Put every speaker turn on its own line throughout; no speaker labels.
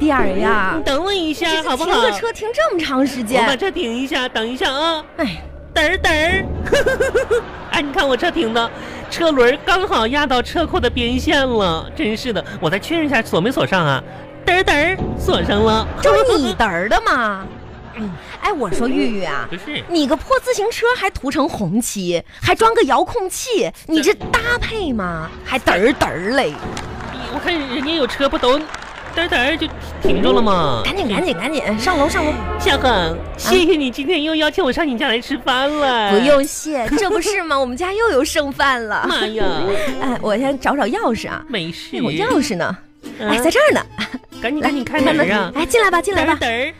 哪儿呀
你？等我一
这
下
是
好不
停
好？
个车停这么长时
我把
间，
车停一下，等一下啊，
哎，
嘚儿嘚儿。 哎，你看我车停的，车轮刚好压到车库的边线了，真是的，我再确认一下锁没锁上啊？嘚儿嘚儿，锁上了。
这不你嘚儿的吗？
嗯
哎，我说玉玉啊
不，是，
你个破自行车还涂成红漆，还装个遥控器，你这搭配吗？还嘚儿嘚儿嘞！
我看人家有车不都嘚儿嘚儿就停住了吗？
赶紧赶紧赶紧上楼上楼！
夏
啊
恒，谢谢你今天又邀请我上你家来吃饭了。
不。用谢，这 不是吗？我们家又有剩饭了。
妈 呀，
哎，我先找找钥匙啊，
没事。
哎，我钥匙呢？
嗯
哎，在这儿呢。
赶紧
来，
赶紧开门啊！
哎，进来吧，进来吧，
嘚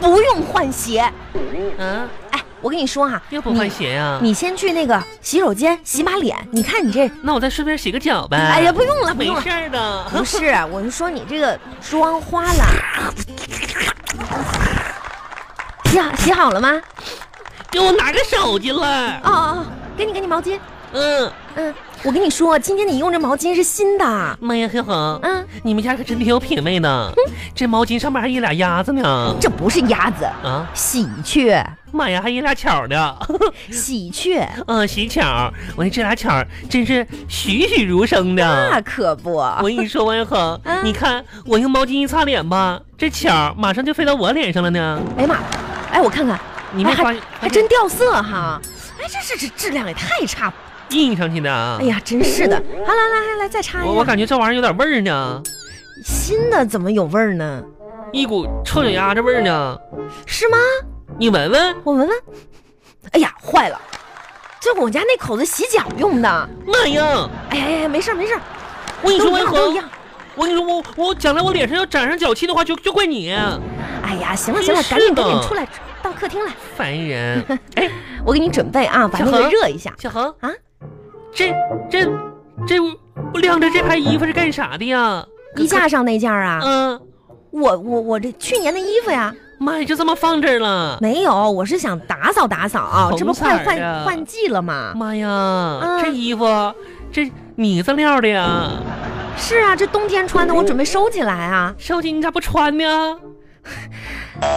不用换鞋。
儿啊，
哎，我跟你说哈，
要不换鞋啊呀？
你先去那个洗手间洗把脸。你看你这，
那我再顺便洗个脚呗。
哎呀，，不用了，不
没
用了。
事儿的。
不是，啊我是说你这个妆花了。洗好洗好了吗？
给我拿个手巾来。
哦哦，哦给你给你毛巾。
嗯，
嗯，我跟你说，今天你用这毛巾是新的。
妈呀，小恒，
嗯，
你们家可真挺有品味呢。这毛巾上面还印俩鸭子呢。
这不是鸭子，
啊，
喜鹊，
妈呀，还印俩巧呢。
喜鹊，
嗯，喜巧，我这俩巧真是栩栩如生的。
那可不。
我跟你说，王小恒，
嗯
你看我用毛巾一擦脸吧，这巧马上就飞到我脸上了呢。
哎呀妈，哎，我看看，
你没
哎
发
还
现？
还真掉色哈。哎，这这这质量也太差。
印上去的啊
哎！呀，哎真是的。好，来来来来，再插一
我
下。
我感觉这玩意儿有点味儿呢，
新的怎么有味儿呢？
一股臭脚丫子味儿呢。
是吗？
你闻闻，
我闻闻。哎呀，坏了，这我家那口子洗脚用的。
妈呀！
哎呀哎呀，没事儿没事儿，
我跟你
都
说，王
一样
小
都一
恒，
样。
我跟你说，我我将来我脸上要沾上脚气的话，就就怪你，啊
哎呀，行了行
真
了，
是
赶紧赶
的
紧出来，到客厅来，
烦 人。哎，
我给你准备啊，把
小
那个
恒
热一下。
小恒
啊，
这这这我晾着这排衣服是干啥的呀？
衣架上那件儿啊，
嗯，
我我我这去年的衣服呀，
妈呀，就这么放这儿了。
没有，我是想打扫打扫，
嗯红
这不
色儿
快
的
换换季了吗？
妈
啊
呀，这衣服这呢子料的呀，
是啊，这冬天穿的我准备收起来啊，
收起你咋不穿呢？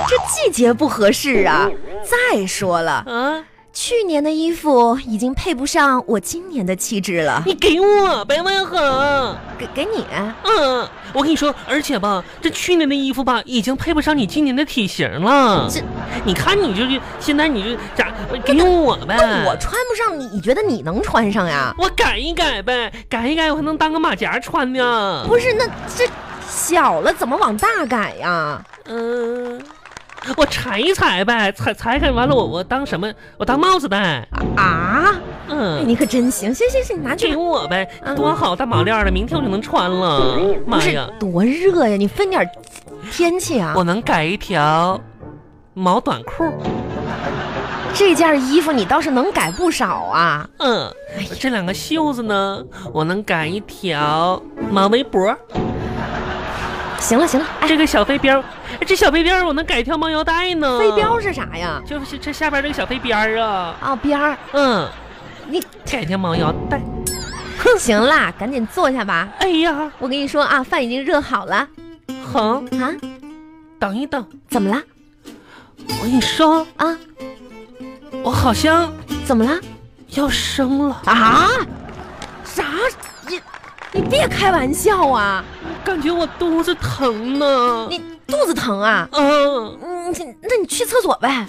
这季节不合适啊。再说了，
啊，
去年的衣服已经配不上我今年的气质了，
你给我呗，万恒。
给给你，
嗯，我跟你说，而且吧，这去年的衣服吧，已经配不上你今年的体型了。
这
你看你就是现在你就咋给我呗？
那我穿不上你，你觉得你能穿上呀？
我改一改呗，改一改我还能当个马甲穿呢。
不是，那这小了怎么往大改呀？
嗯、我裁一裁呗，裁裁开完了我我当什么？我当帽子戴。
啊，
嗯。
你可真行，行行行，你拿去
给
吧。
我呗，
嗯
多好大毛料的，明天我就能穿了。妈
不是
呀，
多热呀，你分点天气啊
我！能改一条毛短裤。
这件衣服你倒是能改不少啊。
嗯，这两个袖子呢，我能改一条马围脖。
行了行了，哎，
这个小飞边儿，哎这小飞边儿我能改一条猫腰带呢。
飞镖是啥呀？
就是这下边这个小飞边儿啊。
啊，边 儿，
嗯，
你
改一条猫腰带。
行啦，赶紧坐下吧。
哎呀，
我跟你说啊，饭已经热好了
恒，
啊。
等一等，
怎么了
我跟你说，
啊？
我好像
怎么了
要生了，
啊？啥？你你别开玩笑啊！
感觉我肚子疼呢。
你肚子疼啊？
嗯
嗯，这那你去厕所呗。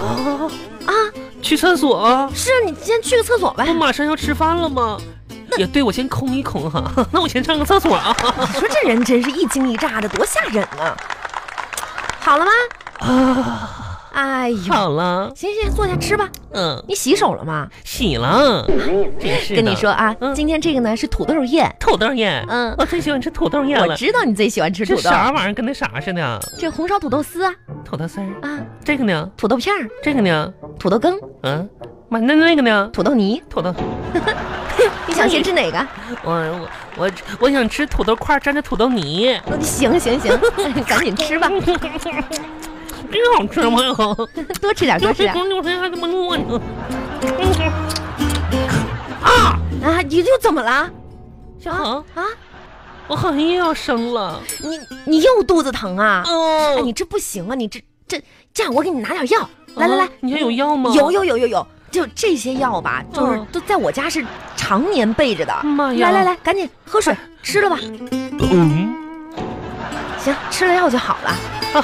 啊，
啊，
去厕所啊。
是你先去个厕所呗
不。马上要吃饭了吗？也对，我先空一空哈。 那我先上个厕所啊。
你说这人真是一惊一乍的，多吓人啊！好了吗？
啊，
哎呦，
好了，
行行，坐下吃吧。
嗯，
你洗手了吗？
洗了，真是的
跟你，说啊
嗯，
今天这个呢是土豆宴，
土豆宴，
嗯
我最喜欢吃土豆宴
我
了。
知道你最喜欢吃
这
土豆，
啥玩意儿跟那啥似的？
这红烧土豆丝啊，
土豆丝儿，
啊，
这个呢？
土豆片儿，
这个呢？
土豆羹，
嗯，妈，那那个呢？
土豆泥，
土豆，
你想先吃 哪个？
我我我我想吃土豆块蘸着土豆泥，
那行 行行，赶紧吃吧，
真好吃吗？
多吃点，多吃点
光牛还这么糯呢。
啊！你又怎么了
小恒，
啊？
我好像又要生了。
你你又肚子疼啊？哎，
哦
你，这不行啊！你这这这样，我给你拿点药。来来来
啊，你还有药吗？
有。有有有有，就这些药吧，就是
嗯
都在我家是常年备着的。
妈呀！哎
来来，来，赶紧喝水，吃了吧。
嗯，
行，吃了药就好了。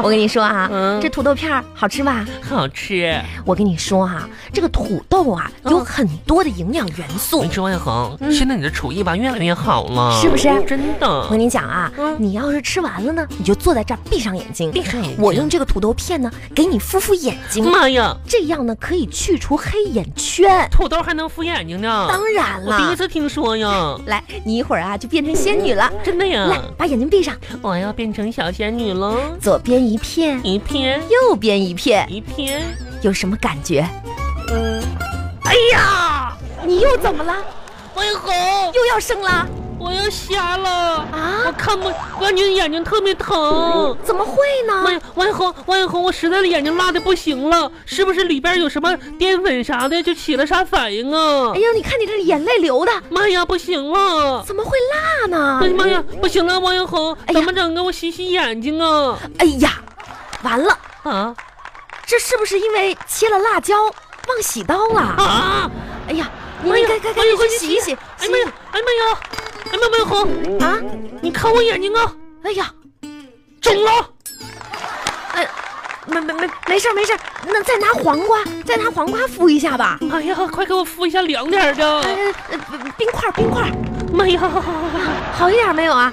我跟你说啊，
嗯
这土豆片儿好吃吧？
好吃。
我跟你说啊，这个土豆啊
嗯哎
有很多的营养元
我
素
跟你。说，万恒，
嗯
现在你的厨艺吧越来越好了，
是不是
真
我
的
跟。你讲啊，
嗯
你要是吃完了呢，你就坐在这儿闭上眼睛，
闭上眼睛
我用这个土豆片呢给你敷敷眼睛，
妈呀，
这样呢可以去除黑眼圈。
土豆还能敷眼睛呢？
当然
嗯我第一
了，
次听说呀，
来，你一会儿啊就变成仙女了。
真的
来
呀，，
把眼睛闭上，
我要变成小仙女了。
左边一片，
一片
右边一片，
一片，
有什么感觉？
嗯，哎呀，
你又怎么了？
万恒，
又要生了
哎我要瞎了，我
啊？
看不，我感觉眼睛特别疼。
怎么会呢？
万万恒，万恒，我实在是眼睛辣的不行了，是不是里边有什么淀粉啥的就起了啥反应啊
哎？呀，你看你这眼泪流的，
妈呀，不行了！
怎么会辣呢
哎？呀妈呀，不行了，王永恒，
哎呀
怎么整啊？我洗洗眼睛啊！
哎呀，完了，
啊
这是不是因为切了辣椒忘洗刀了？
啊！
哎呀，你
哎
们
呀
该该
哎
赶
呀
紧
快
去
去
洗
洗
一洗，
哎
洗
妈呀，哎妈呀，哎妈呀，王永恒，
啊！
你看我眼睛啊，
哎呀，
肿了！
哎，没没没没事儿没事儿，那再拿黄瓜，再拿黄瓜敷一下吧。
哎呀，快给我敷一下凉点儿
呃
的！，
呃冰块儿冰块儿，
妈呀，
好一点没有啊？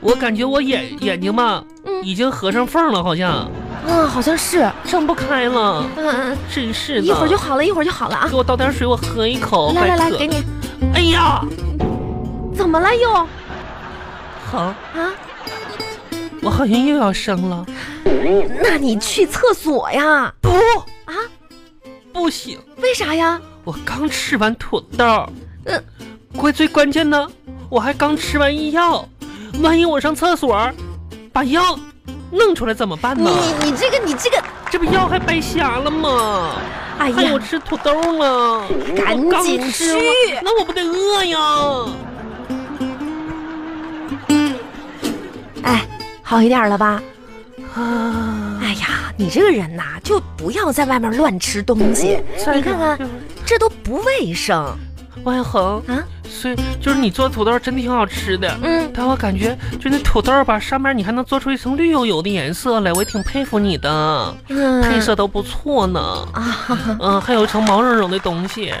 我感觉我眼眼睛吧，
嗯
已经合上缝了，好像
嗯，好像是，
睁不开了，
嗯嗯，
真是的。
嗯一会儿就好了，一会儿就好了啊
给。我倒点水，我喝一口。
来
快
来来，
渴
给。你，
哎呀，
怎么了又？
好，
啊？
我好像又要生了。
那你去厕所呀？
不
啊？
不行。
为啥呀？
我刚吃完土豆，
嗯
关最关键呢，我还刚吃完药，万一我上厕所把药弄出来怎么办
你
呢？
你这个你这个，
这不药还白瞎了吗？
哎
还有
呀，
吃土豆呢，
赶紧
我刚吃
去
我那我不得饿呀？
哎，好一点了吧？
啊，
哎呀，你这个人呐，就不要在外面乱吃东西，你看啊看，这都不卫生
万恒，
啊。
虽就是你做土豆真挺好吃的。
嗯，
但我感觉，就那土豆吧，上面你还能做出一层绿油油的颜色来，我也挺佩服你的，
嗯
配色都不错呢。
啊，哈哈
嗯，还有一层毛茸茸的东西，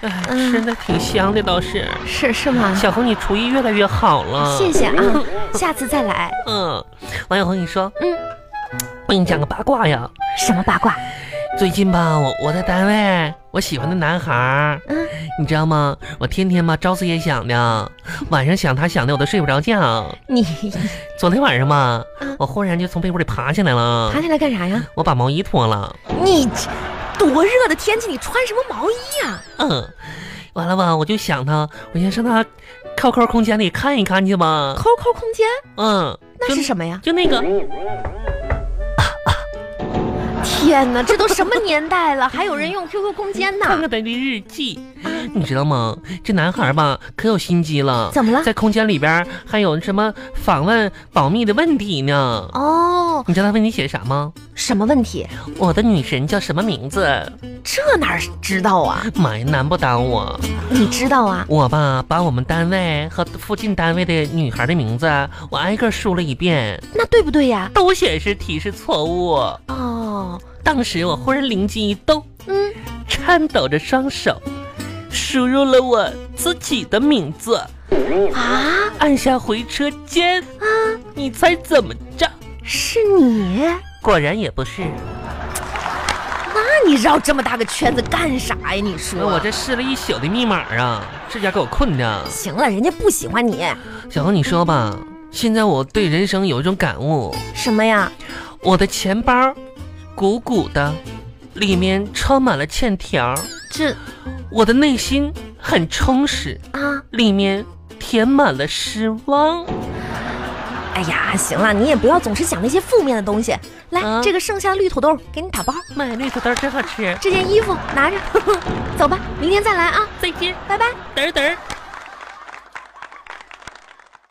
哎，
嗯
吃的挺香的倒是。
是是吗？
小红，你厨艺越来越好了，
谢。谢啊，下次再来。
嗯，王小红，你说，
嗯，
我给你讲个八卦呀。
什么八卦？
最近吧，我我在单位，我喜欢的男孩儿，
嗯，
你知道吗？我天天吧朝思夜想的，晚上想他想的我都睡不着觉。
你
昨天晚上吧
嗯，
我忽然就从被窝里爬起来了
爬，起来干啥呀？
我把毛衣脱了。
你这多热的天气，你穿什么毛衣呀？
嗯，完了吧，我就想他，我先上他 QQ 空间里看一看去吧。
QQ 空间
嗯，
那
就是
什么呀？
就那个，
天哪，这都什么年代了， 还有人用 QQ 空间呢？
看看他的日记，你知道吗？这男孩吧，可有心机了，
怎么了？
在空间里边还有什么访问保密的问题呢？
哦，
你知道他问你写啥吗？
什么问题？
我的女神叫什么名字？
这哪儿知道啊？
妈呀，难不倒我！
你知道啊？
我吧，把我们单位和附近单位的女孩的名字，我挨个输了一遍，
那对不对呀？
都显示提示错误。
哦，
当时我忽然灵机一动，
嗯，
颤抖着双手，输入了我自己的名字，
啊，
按下回车键。啊，你猜怎么着？
是你？
果然也不是。
那你绕这么大个圈子干啥呀？你说啊
那我这试了一宿的密码啊，这家给我困的。
行了，人家不喜欢你
小红，你说吧，现在我对人生有一种感悟，
什么呀？
我的钱包鼓鼓的，里面充满了欠条；
这
我的内心很充实，
啊，
里面填满了失望。
哎呀，行了，你也不要总是想那些负面的东西。来，
啊
这个剩下的绿土豆给你打包，
买绿土豆真好吃，
这件衣服拿着，走吧，明天再来啊，
再见，
拜拜。
嘚儿